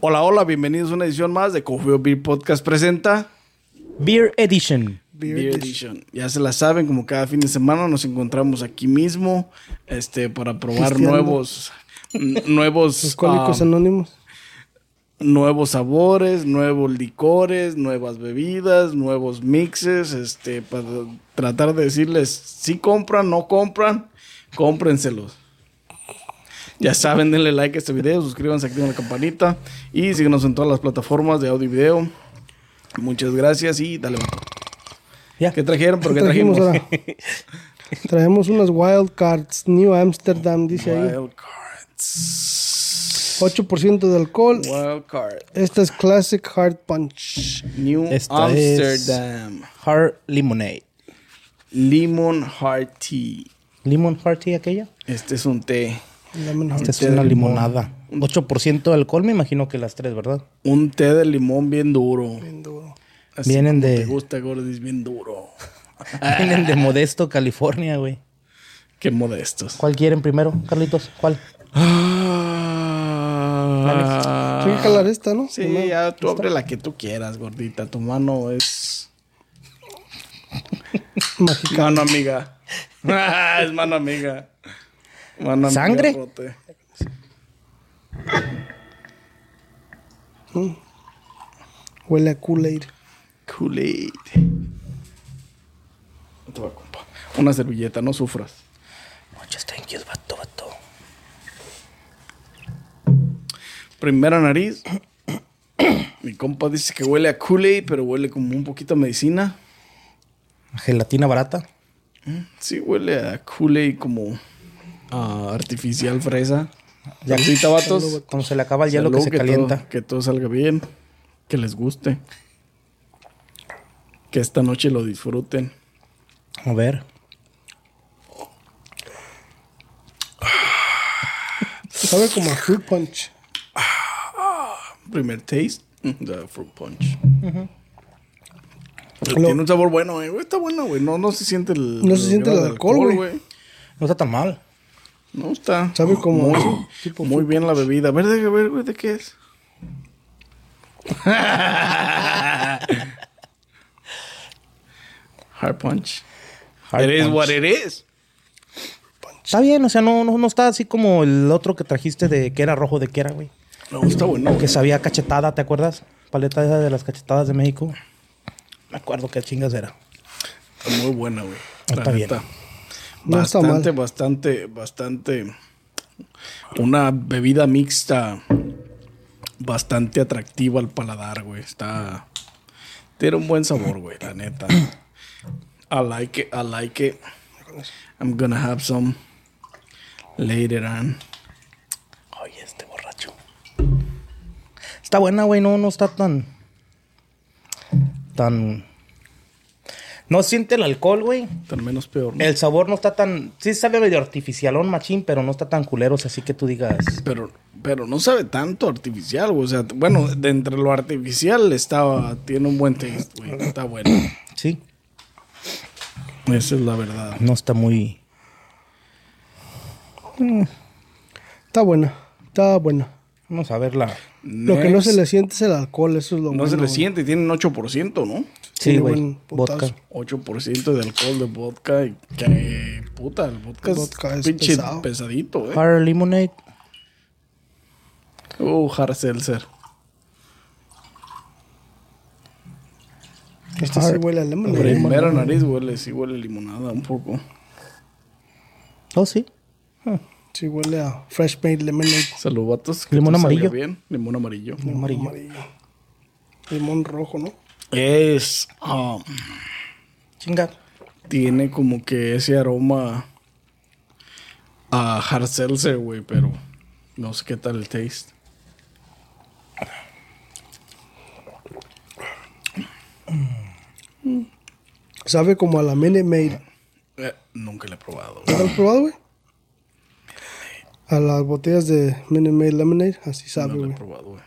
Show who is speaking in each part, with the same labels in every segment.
Speaker 1: Hola, hola, bienvenidos a una edición más de Coffee or Beer Podcast presenta
Speaker 2: Beer Edition.
Speaker 1: Beer, Edition. Ya se la saben, como cada fin de semana nos encontramos aquí mismo este, para probar
Speaker 3: Pisteando.
Speaker 1: nuevos, n- nuevos,
Speaker 3: Alcohólicos
Speaker 1: ah,
Speaker 3: Anónimos.
Speaker 1: nuevos sabores, nuevos licores, nuevas bebidas, nuevos mixes, este, para tratar de decirles si compran, no compran, cómprenselos. Ya saben, denle like a este video, suscríbanse, activen la campanita y síguenos en todas las plataformas de audio y video. Muchas gracias y dale. vato.
Speaker 2: Ya.
Speaker 1: ¿Qué trajeron? ¿Por
Speaker 3: ¿Qué
Speaker 1: qué
Speaker 3: trajimos
Speaker 1: trajimos?
Speaker 3: ahora? Traemos unas wild cards. New Amsterdam, dice ahí.
Speaker 1: Wild cards.
Speaker 3: 8% de alcohol.
Speaker 1: Wild card.
Speaker 3: Esta es Classic Hard Punch.
Speaker 1: New
Speaker 2: Esta es-
Speaker 1: Amsterdam.
Speaker 2: Hard Lemonade.
Speaker 1: Lemon Hard Tea.
Speaker 2: Lemon Hard Tea aquella.
Speaker 1: Este es un té.
Speaker 3: Lemon Hard.
Speaker 2: Esta es una limonada. 8% de alcohol, me imagino que las tres, ¿verdad?
Speaker 1: Un té de limón bien duro.
Speaker 3: Bien duro.
Speaker 1: Así
Speaker 2: Vienen
Speaker 1: como
Speaker 2: de-
Speaker 1: Te gusta, Gordis, bien duro. Ah.
Speaker 2: Vienen de Modesto, California, güey.
Speaker 1: Qué modestos.
Speaker 2: ¿Cuál quieren primero, Carlitos? ¿Cuál?
Speaker 1: Ah,
Speaker 3: Hay que calar esta, ¿no?
Speaker 1: sí,
Speaker 3: Primero.
Speaker 1: ya tú abre la que tú quieras, gordita. Tu mano es.
Speaker 3: Mágica.
Speaker 1: Mano amiga. Ah, es mano amiga. Mano amiga
Speaker 2: ¿Sangre?
Speaker 1: rote.
Speaker 3: Huele a Kool-Aid.
Speaker 1: Kool-Aid. No te va, compa. Una servilleta, no sufras.
Speaker 2: Muchas gracias, vato, vato.
Speaker 1: Primera nariz. Mi compa dice que huele a Kool-Aid, pero huele como un poquito a medicina.
Speaker 2: Gelatina barata.
Speaker 1: Sí, huele a Kool-Aid como a artificial fresa. Ya ahorita, vatos.
Speaker 2: Cuando se le acaba el hielo que
Speaker 1: salud,
Speaker 2: se calienta.
Speaker 1: Todo, que todo salga bien. Que les guste. Que esta noche lo disfruten.
Speaker 2: A ver.
Speaker 3: Sabe como a Fruit Punch.
Speaker 1: Primer taste. mm, The fruit punch. Pero Tiene un sabor bueno, eh, güey. Está bueno, güey. No, no se siente el...
Speaker 3: No se siente el
Speaker 1: grado de
Speaker 3: alcohol, güey.
Speaker 2: No está tan mal.
Speaker 1: No está.
Speaker 3: Sabe como-
Speaker 1: Muy,
Speaker 3: tipo
Speaker 1: muy bien la bebida. A ver, déjame ver, güey, ¿de qué es? Hard punch.
Speaker 2: Hard
Speaker 1: it is
Speaker 2: punch.
Speaker 1: what it is.
Speaker 2: Está bien, o sea, no, no, no está así como el otro que trajiste de que era rojo de que era, güey.
Speaker 1: No, está bueno.
Speaker 2: Que sabía a cachetada, ¿te acuerdas? Paleta esa de las cachetadas de México. Me acuerdo qué chingas era.
Speaker 1: Está muy buena, güey. La
Speaker 2: Está bien.
Speaker 1: neta.
Speaker 3: No está
Speaker 1: Bastante,
Speaker 3: mal.
Speaker 1: bastante, bastante. Una bebida mixta bastante atractiva al paladar, güey. Está. Tiene un buen sabor, güey, la neta. I like it, I like it. I'm gonna have some later on.
Speaker 2: Ay, este borracho. Está buena, güey. No, no está tan. Tan. No siente el alcohol, güey.
Speaker 1: Tan menos peor, ¿no?
Speaker 2: El sabor no está tan. Sí, sabe medio artificialón, machín, pero no está tan culero. o sea, así que tú digas.
Speaker 1: Pero, pero no sabe tanto artificial, güey. O sea, bueno, de entre lo artificial estaba. Tiene un buen taste, güey. Está bueno.
Speaker 2: Sí.
Speaker 1: Esa es la verdad.
Speaker 2: No está muy.
Speaker 3: Está buena. Está buena.
Speaker 2: Vamos a verla.
Speaker 3: Lo que no se le siente es el alcohol. Eso es lo
Speaker 1: No
Speaker 3: bueno.
Speaker 1: se le
Speaker 3: güey.
Speaker 1: siente, tienen 8%, ¿no?
Speaker 2: Sí,
Speaker 3: Tiene
Speaker 2: güey.
Speaker 3: buen putazo.
Speaker 2: Vodka.
Speaker 1: 8% de alcohol de vodka. Y que puta, el vodka,
Speaker 3: El vodka
Speaker 1: es
Speaker 3: es
Speaker 1: pinche
Speaker 3: pesado.
Speaker 1: pesadito, ¿eh?
Speaker 2: Hard Lemonade.
Speaker 1: Uh, hard seltzer.
Speaker 3: Este sí huele a lemon. eh.
Speaker 1: Primera nariz huele, sí huele limonada un poco.
Speaker 2: Oh, sí.
Speaker 3: Sí huele a Fresh Made Lemonade.
Speaker 1: Salud, vatos. que
Speaker 2: Limón
Speaker 1: todo salga
Speaker 2: amarillo.
Speaker 1: Bien. Limón amarillo.
Speaker 3: Amarillo. Limón rojo, ¿no?
Speaker 1: Es. ah,
Speaker 2: Chinga.
Speaker 1: tiene como que ese aroma a hard seltzer, güey, pero no sé qué tal el taste.
Speaker 3: Sabe como a la Minute Maid.
Speaker 1: Eh, nunca lo he probado.
Speaker 3: ¿Ya lo has probado, güey? A las botellas de Minute Maid Lemonade. Así sabe,
Speaker 1: No lo
Speaker 3: güey.
Speaker 1: he probado, güey.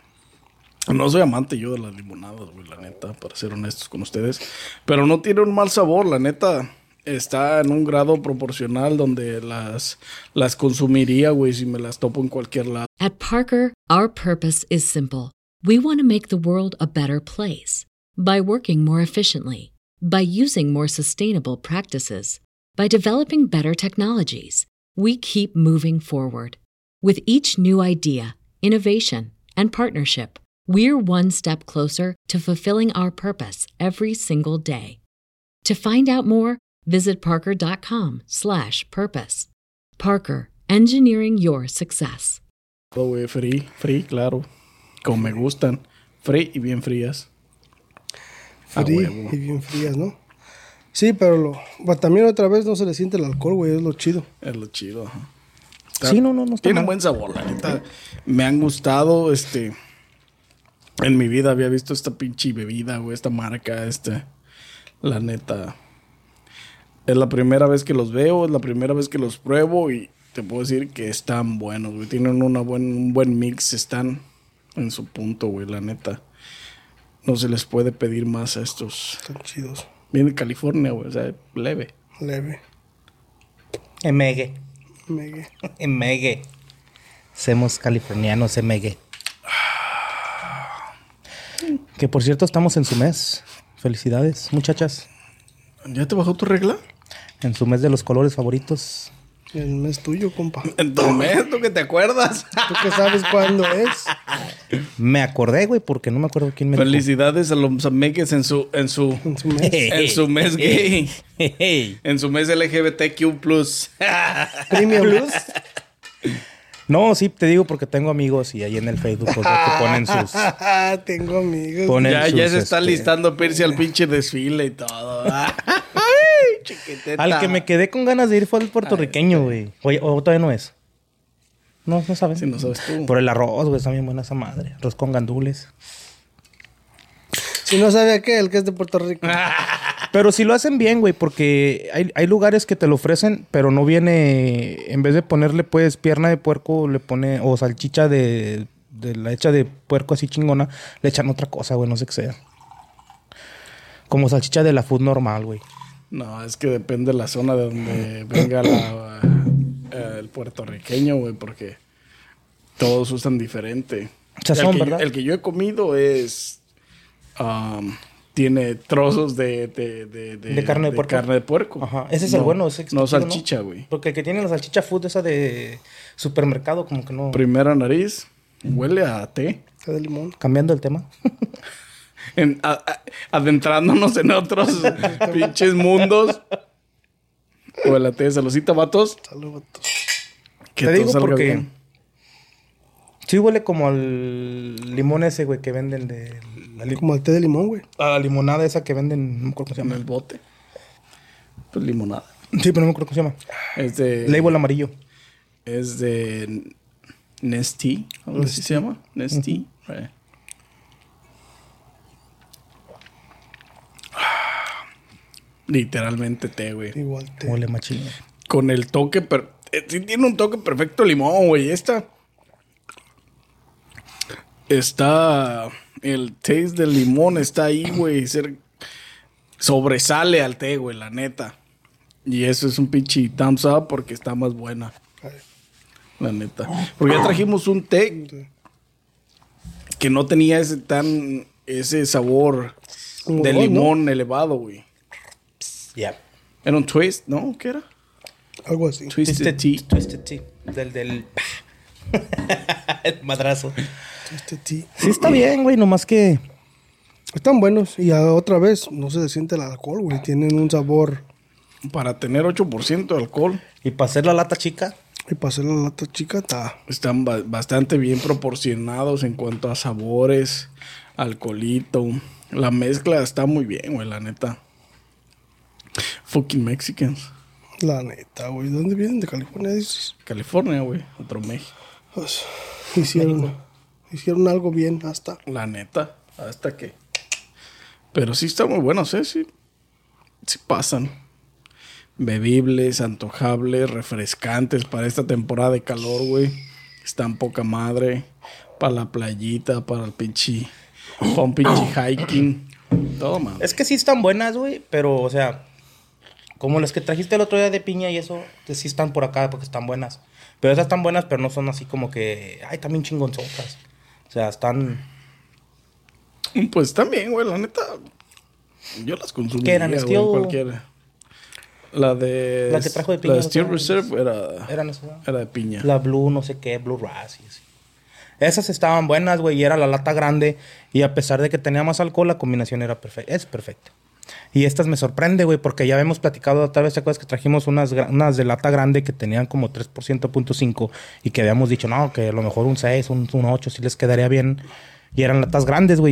Speaker 1: No soy amante yo de las limonadas, güey, la neta, para ser honestos con ustedes. Pero no tiene un mal sabor, la neta. Está en un grado proporcional donde las, las consumiría, güey, si me las topo en cualquier lado.
Speaker 4: At Parker, our purpose is simple. We want to make the world a better place by working more efficiently, by using more sustainable practices, by developing better technologies. We keep moving forward. With each new idea, innovation, and partnership, we're one step closer to fulfilling our purpose every single day. To find out more, visit parker.com/purpose. Parker, engineering your success.
Speaker 1: Todo, güey, free, free, claro. Como me gustan. Free y bien frías. Ah, A
Speaker 3: Frí-
Speaker 1: huevo.
Speaker 3: y bien frías, ¿no? Sí, pero, lo, pero también otra vez no se le siente el alcohol, güey, es lo chido.
Speaker 1: Es lo chido. ajá. Está-
Speaker 2: Sí, no, no, no está
Speaker 1: Tienen
Speaker 2: mal.
Speaker 1: buen sabor, la neta. Me han gustado, este. En mi vida había visto esta pinche bebida, güey, esta marca, este. La neta. Es la primera vez que los veo, es la primera vez que los pruebo y te puedo decir que están buenos, güey. Tienen una buen, un buen mix, están en su punto, güey, la neta. No se les puede pedir más a estos.
Speaker 3: Están chidos,
Speaker 1: Vienen de California, güey, o sea, leve.
Speaker 3: leve.
Speaker 2: Emegue.
Speaker 3: Megue.
Speaker 2: Emegue. Somos californianos, emegue. Que por cierto, estamos en su mes. Felicidades, muchachas.
Speaker 1: ¿Ya te bajó tu regla?
Speaker 2: En su mes de los colores favoritos.
Speaker 3: El mes tuyo, compa. ¿Tú
Speaker 1: En tu mes, ¿tú que te acuerdas?
Speaker 3: que sabes cuándo es?
Speaker 2: Me acordé, güey, porque no me acuerdo quién me dijo.
Speaker 1: Felicidades a los amigues en su, en su,
Speaker 3: En su mes.
Speaker 1: en su mes gay,
Speaker 2: Hey.
Speaker 1: en su mes LGBTQ+.
Speaker 3: Premium.
Speaker 2: No, sí, te digo porque tengo amigos y ahí en el Facebook pues, que ponen sus.
Speaker 3: Ah, tengo amigos.
Speaker 2: Ponen
Speaker 1: Ya,
Speaker 2: sus,
Speaker 1: ya se está
Speaker 2: este,
Speaker 1: listando Percy al pinche desfile y todo. Ay, chiquiteta.
Speaker 2: Al que me quedé con ganas de ir fue al puertorriqueño, güey. Oye, o todavía no es. No, no sabes.
Speaker 1: Si no sabes tú.
Speaker 2: Por el arroz, güey, está bien buena esa madre. Arroz con gandules.
Speaker 3: Si no sabe aquel que es de Puerto Rico.
Speaker 2: Pero si lo hacen bien, güey, porque hay, hay lugares que te lo ofrecen, pero no viene. En vez de ponerle, pues, pierna de puerco, le pone. O salchicha de. de la hecha de puerco así chingona, le echan otra cosa, güey, no sé qué sea. Como salchicha de la food normal, güey.
Speaker 1: No, es que depende de la zona de donde venga la, eh, el puertorriqueño, güey, porque todos usan diferente.
Speaker 2: Chazón,
Speaker 1: el que yo-
Speaker 2: ¿verdad?
Speaker 1: el que yo he comido es... um, tiene trozos de... De,
Speaker 2: ¿De carne de puerco?
Speaker 1: carne de puerco.
Speaker 2: Ajá, ese es el
Speaker 1: No,
Speaker 2: bueno, ese que
Speaker 1: No
Speaker 2: está chido,
Speaker 1: salchicha, güey.
Speaker 2: Porque el que tiene la salchicha food esa de supermercado, como que no.
Speaker 1: Primera nariz, huele a té.
Speaker 3: Está de limón.
Speaker 2: Cambiando el tema.
Speaker 1: En- a- a- adentrándonos en otros pinches mundos. Huele a té, saludcita, vatos.
Speaker 3: Saludos. vato.
Speaker 1: Que
Speaker 2: Te
Speaker 1: todo
Speaker 2: digo
Speaker 1: salga
Speaker 2: porque-
Speaker 1: bien.
Speaker 2: Sí huele como al limón ese, güey, que venden de la, li-
Speaker 3: Como el té de limón, güey.
Speaker 2: a la limonada esa que venden, no me acuerdo cómo se
Speaker 1: en
Speaker 2: llama.
Speaker 1: el bote. Pues limonada.
Speaker 2: Sí, pero no me acuerdo cómo se llama.
Speaker 1: Es de.
Speaker 2: Label amarillo.
Speaker 1: Es de Nestí. Algo así se llama. Nestí. Right. Literalmente té, güey.
Speaker 3: Igual té.
Speaker 2: Huele machino.
Speaker 1: Con el toque. per- eh, sí, tiene un toque perfecto limón, güey. Esta. Está. El taste del limón está ahí, güey. Ser- Sobresale al té, güey, la neta. Y eso es un pinche thumbs up porque está más buena.
Speaker 3: Ay,
Speaker 1: La neta. Porque ya trajimos un té
Speaker 3: sí.
Speaker 1: que no tenía ese tan ese sabor
Speaker 3: Como
Speaker 1: de
Speaker 3: limón,
Speaker 1: limón elevado, güey.
Speaker 2: Ya.
Speaker 1: Era un twist, ¿no? ¿Qué era?
Speaker 3: Algo así.
Speaker 1: Twisted tea.
Speaker 2: Twisted tea. Del, del... el madrazo.
Speaker 3: Este té.
Speaker 2: Sí está bien, güey, nomás que...
Speaker 3: Están buenos. Y a- otra vez, no se le siente el alcohol, güey. Tienen un sabor.
Speaker 1: Para tener 8% de alcohol,
Speaker 2: Y para hacer la lata chica,
Speaker 3: Y para hacer la lata chica, está.
Speaker 1: están ba- bastante bien proporcionados en cuanto a sabores, alcoholito. La mezcla está muy bien, güey, la neta. Fucking Mexicans.
Speaker 3: La neta, güey. ¿De dónde vienen? De California, dices.
Speaker 1: California, güey. Otro México.
Speaker 3: Pues, hicieron, hicieron algo bien hasta.
Speaker 1: La neta, hasta que. Pero sí está muy bueno, ¿eh? Sí, sí pasan. Bebibles, antojables, refrescantes para esta temporada de calor, güey. Están poca madre. Para la playita, para el pinche. Para un pinche hiking. Todo, man.
Speaker 2: Es que sí están buenas, güey, pero, o sea, como las que trajiste el otro día de piña y eso, que sí están por acá porque están buenas. Pero esas están buenas, pero no son así como que, ay, también chingonzotas. O sea, están
Speaker 1: Pues también, güey, la neta. Yo las consumí.
Speaker 2: ¿Qué eran, Steel?
Speaker 1: Cualquiera. La de.
Speaker 2: La que trajo de piña,
Speaker 1: La de
Speaker 2: ¿no?
Speaker 1: Steel Reserve era,
Speaker 2: Eran esas, ¿no?
Speaker 1: era de piña.
Speaker 2: La Blue, no sé qué, Blue Razz y así. Esas estaban buenas, güey, y era la lata grande. Y a pesar de que tenía más alcohol, la combinación era perfecta. Es perfecta. Y estas me sorprende, güey, porque ya habíamos platicado, tal vez te acuerdas que trajimos unas, gra- unas de lata grande que tenían como 3%, punto cinco, y que habíamos dicho, no, que a lo mejor un 6, un, un 8 sí les quedaría bien. Y eran latas grandes, güey.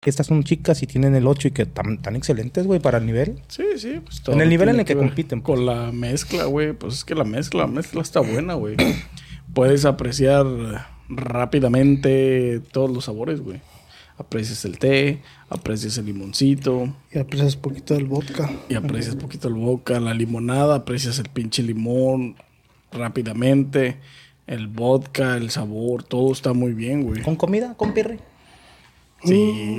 Speaker 2: que Estas son chicas y tienen el 8 y que tan, tan excelentes, güey, para el nivel.
Speaker 1: Sí, sí, pues
Speaker 2: En el nivel
Speaker 1: tiene
Speaker 2: en el que
Speaker 1: ver
Speaker 2: compiten, pues.
Speaker 1: Con la mezcla, güey. Pues es que la mezcla, la mezcla está buena, güey. Puedes apreciar rápidamente todos los sabores, güey. Aprecias el té, aprecias el limoncito,
Speaker 3: Y aprecias poquito del vodka.
Speaker 1: y aprecias poquito el boca, la limonada, aprecias el pinche limón rápidamente, el vodka, el sabor, todo está muy bien, güey.
Speaker 2: Con comida, con pirri.
Speaker 1: Sí,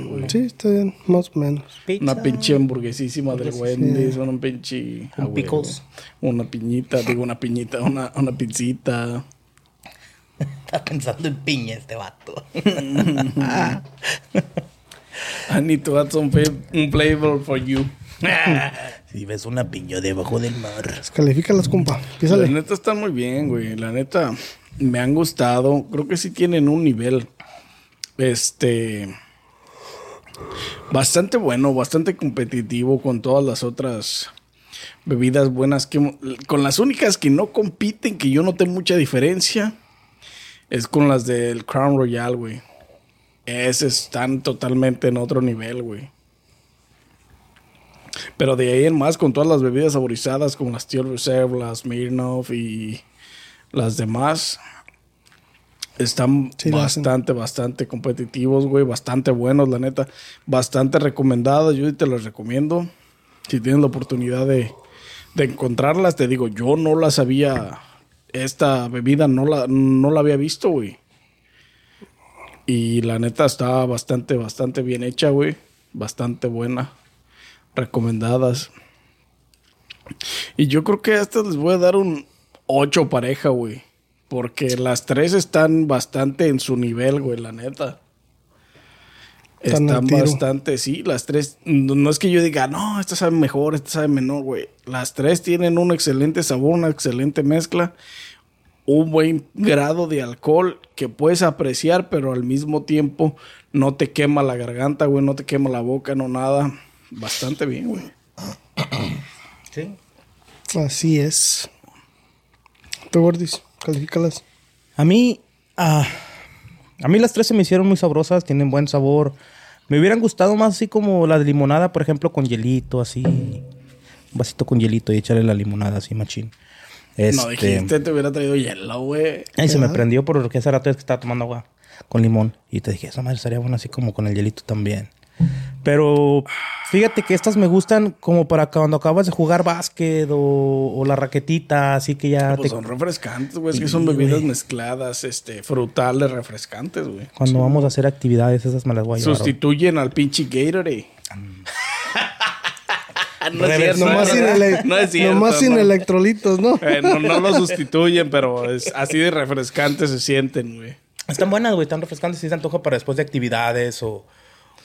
Speaker 3: Mm, Sí, está bien, más o menos.
Speaker 1: Una
Speaker 2: pizza.
Speaker 1: pinche hamburguesísima del Wendy's, una pinche...
Speaker 2: Con
Speaker 1: ah, güey,
Speaker 2: pickles.
Speaker 1: Una piñita, digo una piñita, una, una pizzita.
Speaker 2: Está pensando en piña este vato.
Speaker 1: I need to add some fa- un flavor for you.
Speaker 2: Si ves una piña debajo del mar.
Speaker 3: Califícalas, compa.
Speaker 1: La
Speaker 3: Písale.
Speaker 1: neta están muy bien, güey. La neta me han gustado. Creo que sí tienen un nivel. Este. Bastante bueno, bastante competitivo con todas las otras bebidas buenas que hemo- con las únicas que no compiten, que yo noté mucha diferencia, es con las del Crown Royal, güey. Esas están totalmente en otro nivel, güey. Pero de ahí en más, con todas las bebidas saborizadas, como las Steel Reserve, las Mirnov y las demás, están
Speaker 3: Sí, lo hacen.
Speaker 1: bastante, bastante competitivos, güey. Bastante buenos, la neta. Bastante recomendadas. Yo te las recomiendo. Si tienes la oportunidad de, de encontrarlas, te digo, yo no las había. Esta bebida no la, no la había visto, güey. Y la neta está bastante, bastante bien hecha, güey. Bastante buena. Recomendadas. Y yo creo que a estas les voy a dar un 8 pareja, güey. Porque las tres están bastante en su nivel, güey, la neta.
Speaker 3: Están al
Speaker 1: Están
Speaker 3: tiro.
Speaker 1: bastante, sí, las tres. No, no es que yo diga, no, esta sabe mejor, esta sabe menor, güey. Las tres tienen un excelente sabor, una excelente mezcla un buen grado de alcohol que puedes apreciar, pero al mismo tiempo no te quema la garganta, güey, no te quema la boca, no nada. Bastante bien, güey.
Speaker 2: Sí.
Speaker 3: Así es. Tú, Gordis, califícalas.
Speaker 2: A mí, ah, a mí las tres se me hicieron muy sabrosas, tienen buen sabor. Me hubieran gustado más así como la de limonada, por ejemplo, con hielito, así. Un vasito con hielito y echarle la limonada así, machín. Este,
Speaker 1: No dijiste, te hubiera traído hielo, güey.
Speaker 2: Ay, se me prendió por lo que hace rato es que estaba tomando agua con limón. Y te dije, esa madre estaría buena así como con el hielito también. Pero fíjate que estas me gustan como para cuando acabas de jugar básquet o, o la raquetita, así que ya
Speaker 1: Pues
Speaker 2: te-
Speaker 1: son refrescantes, güey. Es que
Speaker 2: Sí,
Speaker 1: son bebidas
Speaker 2: güey.
Speaker 1: mezcladas, este, frutales, refrescantes, güey.
Speaker 2: cuando vamos a hacer actividades esas me las voy a llevar.
Speaker 1: Sustituyen al pinche Gatorade. no, es cierto,
Speaker 3: Nomás sin,
Speaker 1: ¿verdad?
Speaker 3: ele-
Speaker 1: No es cierto,
Speaker 3: nomás sin
Speaker 1: no.
Speaker 3: electrolitos, ¿no?
Speaker 1: Eh, no, no lo sustituyen, pero es así de refrescantes se sienten, güey.
Speaker 2: Están buenas, güey, están refrescantes, sí se antoja para después de actividades o...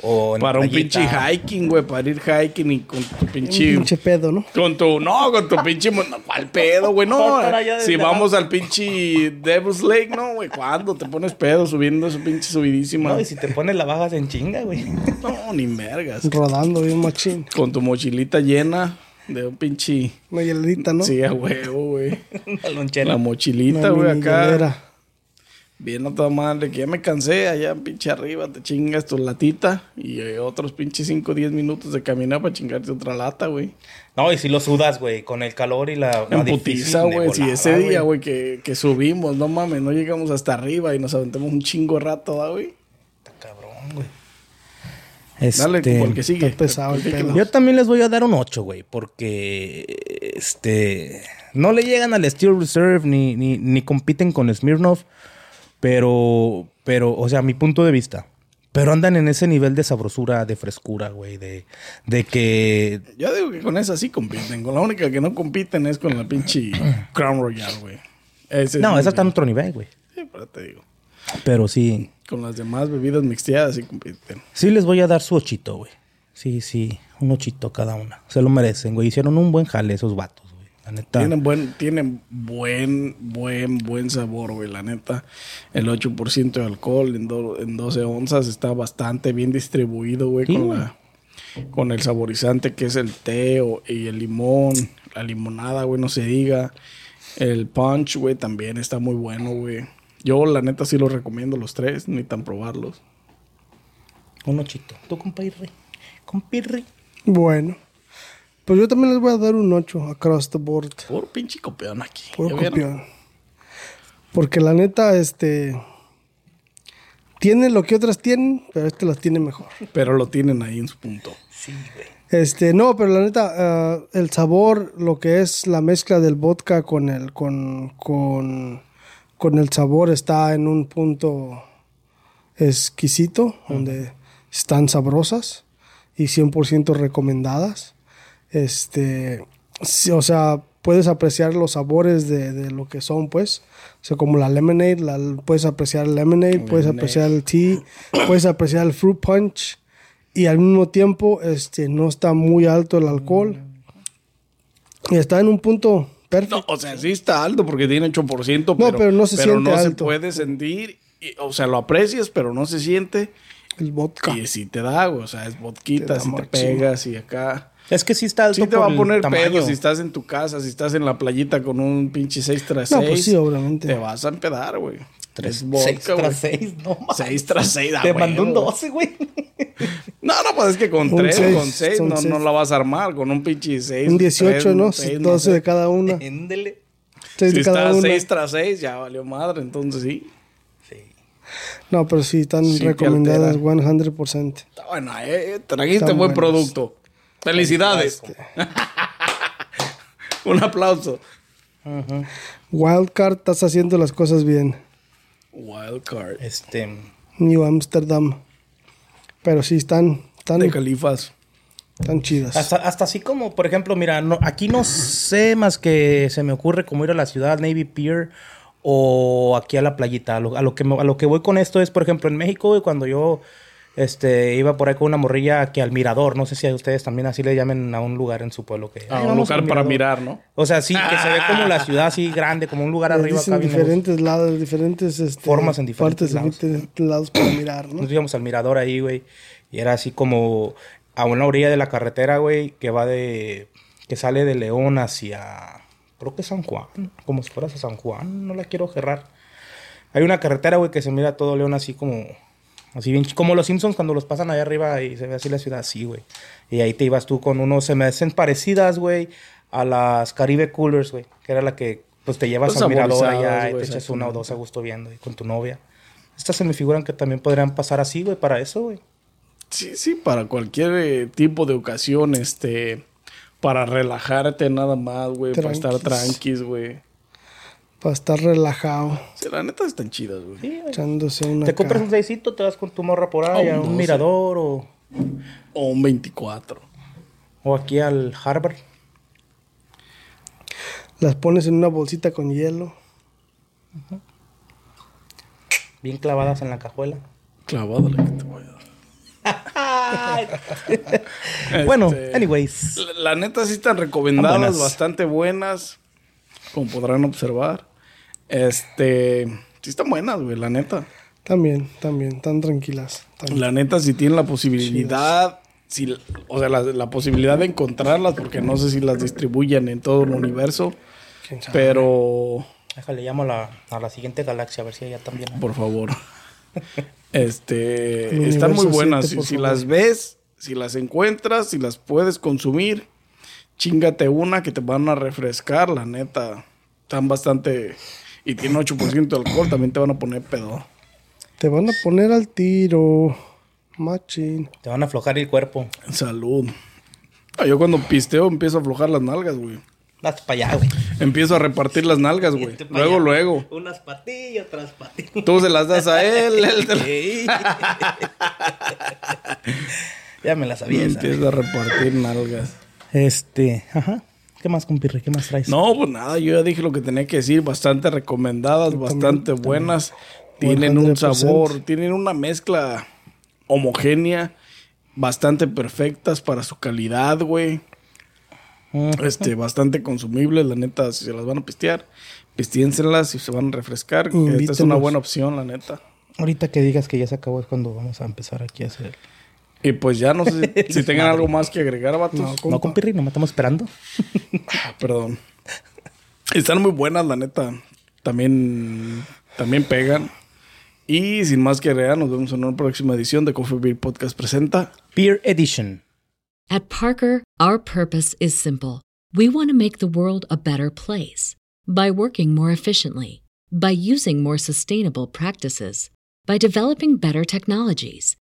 Speaker 2: o en
Speaker 1: Para un
Speaker 2: playita.
Speaker 1: pinche hiking, güey, para ir hiking y con tu pinche...
Speaker 3: Pinche pedo, ¿no?
Speaker 1: Con tu, no, con tu pinche, mon- no, ¿cuál pedo, güey? No,
Speaker 2: Cortar allá
Speaker 1: si
Speaker 2: desde
Speaker 1: vamos al pinche Devil's Lake, no, güey, ¿cuándo te pones pedo subiendo esa pinche subidísima?
Speaker 2: No, y si te pones la bajas en chinga, güey.
Speaker 1: No, ni mergas.
Speaker 3: Rodando bien machín.
Speaker 1: Con tu mochilita llena de un pinche.
Speaker 3: Una hielerita, ¿no?
Speaker 1: Sí, a huevo, güey.
Speaker 2: Una
Speaker 1: La
Speaker 2: lonchera.
Speaker 1: mochilita,
Speaker 3: Una
Speaker 1: güey,
Speaker 3: mini
Speaker 1: acá.
Speaker 3: hielera.
Speaker 1: Bien a toda madre, que ya me cansé. Allá, pinche arriba, te chingas tu latita. Y eh, otros pinche 5 o 10 minutos de caminar para chingarte otra lata, güey.
Speaker 2: No, y si lo sudas, güey, con el calor y la... la
Speaker 1: En
Speaker 2: difícil
Speaker 1: putiza,
Speaker 2: de
Speaker 1: güey. Si
Speaker 2: volada,
Speaker 1: ese día, güey, que, que subimos, no mames, no llegamos hasta arriba y nos aventamos un chingo rato, ¿da, güey.
Speaker 2: Está Cabrón, güey.
Speaker 1: Dale,
Speaker 2: Este,
Speaker 1: porque sigue.
Speaker 3: está pesado el
Speaker 1: Platícanos.
Speaker 3: pedo.
Speaker 2: Yo también les voy a dar un 8, güey, porque este no le llegan al Steel Reserve ni, ni, ni compiten con Smirnoff, pero, pero, o sea, mi punto de vista. Pero andan en ese nivel de sabrosura, de frescura, güey, de, de que
Speaker 1: Yo digo que con esa sí compiten. Con la única que no compiten es con la pinche Crown Royal, güey. Ese es
Speaker 2: no,
Speaker 1: mi-
Speaker 2: esa está en otro nivel, güey.
Speaker 1: Sí, pero te digo.
Speaker 2: Pero sí,
Speaker 1: Con las demás bebidas mixteadas sí compiten.
Speaker 2: sí les voy a dar su ochito, güey. Sí, sí, un ochito cada una. Se lo merecen, güey. Hicieron un buen jale esos vatos, güey. La neta.
Speaker 1: Tienen buen, tienen buen, buen, buen sabor, güey. La neta, el 8% de alcohol en, do- en 12 onzas está bastante bien distribuido, güey,
Speaker 2: Sí,
Speaker 1: con,
Speaker 2: güey.
Speaker 1: la- con el saborizante que es el té o- y el limón, la limonada, güey, no se diga. El punch, güey, también está muy bueno, güey. Yo, la neta, sí los recomiendo los tres, ni tan probarlos.
Speaker 2: Un ochito. Tú, compadre. Compadre.
Speaker 3: Bueno. Pues yo también les voy a dar un 8 across the board.
Speaker 1: Puro pinche copión aquí.
Speaker 3: Puro
Speaker 1: ¿ya vieron?
Speaker 3: copión. Porque la neta, este. Tiene lo que otras tienen, pero este las tiene mejor.
Speaker 1: Pero lo tienen ahí en su punto.
Speaker 3: Este, no, pero la neta, ah, el sabor, lo que es la mezcla del vodka con el, con, con, con el sabor está en un punto exquisito, donde están sabrosas y 100% recomendadas. Este, sí, o sea, puedes apreciar los sabores de, de lo que son, pues. O sea, como la lemonade, la, puedes apreciar el lemonade, puedes apreciar el tea, puedes apreciar el fruit punch. Y al mismo tiempo, este, no está muy alto el alcohol. Y está en un punto perfecto.
Speaker 1: No, o sea, sí está alto porque tiene 8%,
Speaker 3: No, pero no se siente
Speaker 1: no se
Speaker 3: alto.
Speaker 1: puede sentir. y- o sea, lo aprecias, pero no se siente.
Speaker 3: El vodka.
Speaker 1: Y sí te da, güey. O sea, es
Speaker 3: Te
Speaker 1: vodquita,
Speaker 3: da
Speaker 1: si te
Speaker 3: machín.
Speaker 1: pegas y acá.
Speaker 2: Es que sí está alto
Speaker 1: Sí te
Speaker 2: por
Speaker 1: va a
Speaker 2: el
Speaker 1: poner
Speaker 2: tamaño.
Speaker 1: pedo si estás en tu casa, si estás en la playita con un pinche 6 tras 6.
Speaker 3: No, pues sí, obviamente.
Speaker 1: Te vas a empedar, güey.
Speaker 2: Tres,
Speaker 1: Es vodka,
Speaker 2: seis tras
Speaker 1: güey.
Speaker 2: seis, no mames.
Speaker 1: Seis tras seis, ah,
Speaker 2: Te
Speaker 1: güey,
Speaker 2: mandó un
Speaker 1: güey.
Speaker 2: 12, güey.
Speaker 1: No, no, pues es que con
Speaker 3: Un
Speaker 1: 3,
Speaker 3: seis,
Speaker 1: con 6,
Speaker 3: son
Speaker 1: no,
Speaker 3: seis.
Speaker 1: no la vas a armar. Con un pinche 6.
Speaker 3: Un 18, ¿no? 12 de cada una.
Speaker 2: Éndele.
Speaker 3: Seis
Speaker 1: Si
Speaker 3: de cada
Speaker 1: está
Speaker 3: una.
Speaker 1: 6 tras 6, ya valió madre. Entonces sí.
Speaker 2: Sí.
Speaker 3: No, pero sí, están
Speaker 1: Sí te
Speaker 3: recomendadas
Speaker 1: alteran.
Speaker 3: 100%.
Speaker 1: Está buena, eh. Trajiste
Speaker 3: Están
Speaker 1: buen
Speaker 3: buenas.
Speaker 1: producto. Felicidades. Un aplauso.
Speaker 3: Wildcard, estás haciendo las cosas bien.
Speaker 1: Wildcard.
Speaker 2: Este.
Speaker 3: New Amsterdam. Pero sí, están, están,
Speaker 1: De Califas.
Speaker 3: están chidas.
Speaker 2: Hasta, hasta así como, por ejemplo, mira, no, aquí no sé más que se me ocurre como ir a la ciudad Navy Pier o aquí a la playita. A lo, a lo que, me- a lo que voy con esto es, por ejemplo, en México, güey, cuando yo este, iba por ahí con una morrilla que al mirador, no sé si a ustedes también así le llamen a un lugar en su pueblo que...
Speaker 1: A
Speaker 2: "Ay,
Speaker 1: un
Speaker 2: vamos
Speaker 1: lugar
Speaker 2: al
Speaker 1: para
Speaker 2: mirador".
Speaker 1: mirar, ¿no?
Speaker 2: O sea, sí, que se ve como la ciudad así grande, como un lugar
Speaker 3: Les
Speaker 2: arriba
Speaker 3: dicen
Speaker 2: acá. bien negocio.
Speaker 3: diferentes lados, diferentes este,
Speaker 2: Formas en diferentes
Speaker 3: partes, en diferentes lados para mirar, ¿no?
Speaker 2: Nos íbamos al mirador ahí, güey. Y era así como a una orilla de la carretera, güey, que va de. que sale de León hacia. creo que San Juan. Como si fueras a San Juan, no la quiero cerrar. Hay una carretera, güey, que se mira todo León así como. Así bien, chi- como los Simpsons cuando los pasan allá arriba y se ve así la ciudad, así, güey. Y ahí te ibas tú con unos, se me hacen parecidas, güey, a las Caribe Coolers, güey, que era la que, pues te llevas
Speaker 1: Los
Speaker 2: al mirador allá
Speaker 1: saborizadas,
Speaker 2: y
Speaker 1: güey,
Speaker 2: te echas una o dos a gusto viendo y con tu novia. Estas se me figuran que también podrían pasar así, güey, para eso, güey.
Speaker 1: Sí, sí, para cualquier eh, tipo de ocasión, este, para relajarte nada más, güey, para estar
Speaker 3: Tranquis.
Speaker 1: tranquis, güey.
Speaker 3: Para estar relajado.
Speaker 1: Sí, la neta están chidas, güey.
Speaker 3: Echándose una.
Speaker 2: Te
Speaker 3: acá.
Speaker 2: compras un seisito, te vas con tu morra por ahí, a
Speaker 1: un
Speaker 2: un
Speaker 1: doce.
Speaker 2: mirador o,
Speaker 1: O un 24.
Speaker 2: o aquí al Harvard.
Speaker 3: Las pones en una bolsita con hielo.
Speaker 2: Bien clavadas en la cajuela.
Speaker 1: Clavado la que te voy a dar. Este.
Speaker 2: Bueno, anyways.
Speaker 1: La, la neta sí están recomendadas,
Speaker 2: Buenas.
Speaker 1: bastante buenas, como podrán observar. Este, sí están buenas, güey, la neta.
Speaker 3: También, también, tan tranquilas. tan-
Speaker 1: La neta si tienen la posibilidad, si, o sea, la, la posibilidad de encontrarlas, porque no sé si las distribuyen en todo el universo,
Speaker 3: quién sabe.
Speaker 1: pero
Speaker 2: Déjale, llamo a la, a la siguiente galaxia a ver si ella también.
Speaker 1: por favor. Este,
Speaker 3: El
Speaker 1: están muy
Speaker 3: universo
Speaker 1: buenas.
Speaker 3: siete,
Speaker 1: Si,
Speaker 3: por
Speaker 1: si
Speaker 3: favor.
Speaker 1: las ves, si las encuentras, si las puedes consumir, chingate una que te van a refrescar, la neta. Están bastante. Y tiene 8% de alcohol, también te van a poner pedo.
Speaker 3: Te van a poner al tiro. Machín.
Speaker 2: Te van a aflojar el cuerpo.
Speaker 1: Salud. Ah, Yo cuando pisteo empiezo a aflojar las nalgas, güey.
Speaker 2: Las para allá, güey.
Speaker 1: Empiezo a repartir las nalgas, güey.
Speaker 2: Vete pa'
Speaker 1: Luego,
Speaker 2: allá.
Speaker 1: luego.
Speaker 2: Unas patillas, otras patillas.
Speaker 1: Tú se las das a él, él te las-
Speaker 2: Ey. ya me la sabía esa.
Speaker 1: Empieza a repartir nalgas.
Speaker 2: Este, ajá. ¿Qué más, compirre? ¿Qué más traes?
Speaker 1: No, pues nada, yo ya dije lo que tenía que decir. Bastante recomendadas, bastante buenas. Tienen un
Speaker 3: 100%.
Speaker 1: sabor, tienen una mezcla homogénea, bastante perfectas para su calidad, güey. Este, bastante consumibles, la neta, si se las van a pistear, pistiénsenlas si se van a refrescar. Esta es una
Speaker 3: Invítenlos.
Speaker 1: buena opción, la neta.
Speaker 2: Ahorita que digas que ya se acabó es cuando vamos a empezar aquí a hacer.
Speaker 1: Y pues ya no sé si, si tengan algo más que agregar, vatos.
Speaker 2: No, compirre, no me estamos esperando.
Speaker 1: Perdón. Están muy buenas, la neta. También, también pegan. Y sin más que agregar, nos vemos en una próxima edición de Coffee Beer Podcast presenta.
Speaker 2: Beer Edition.
Speaker 4: At Parker, our purpose is simple. We want to make the world a better place by working more efficiently, by using more sustainable practices, by developing better technologies.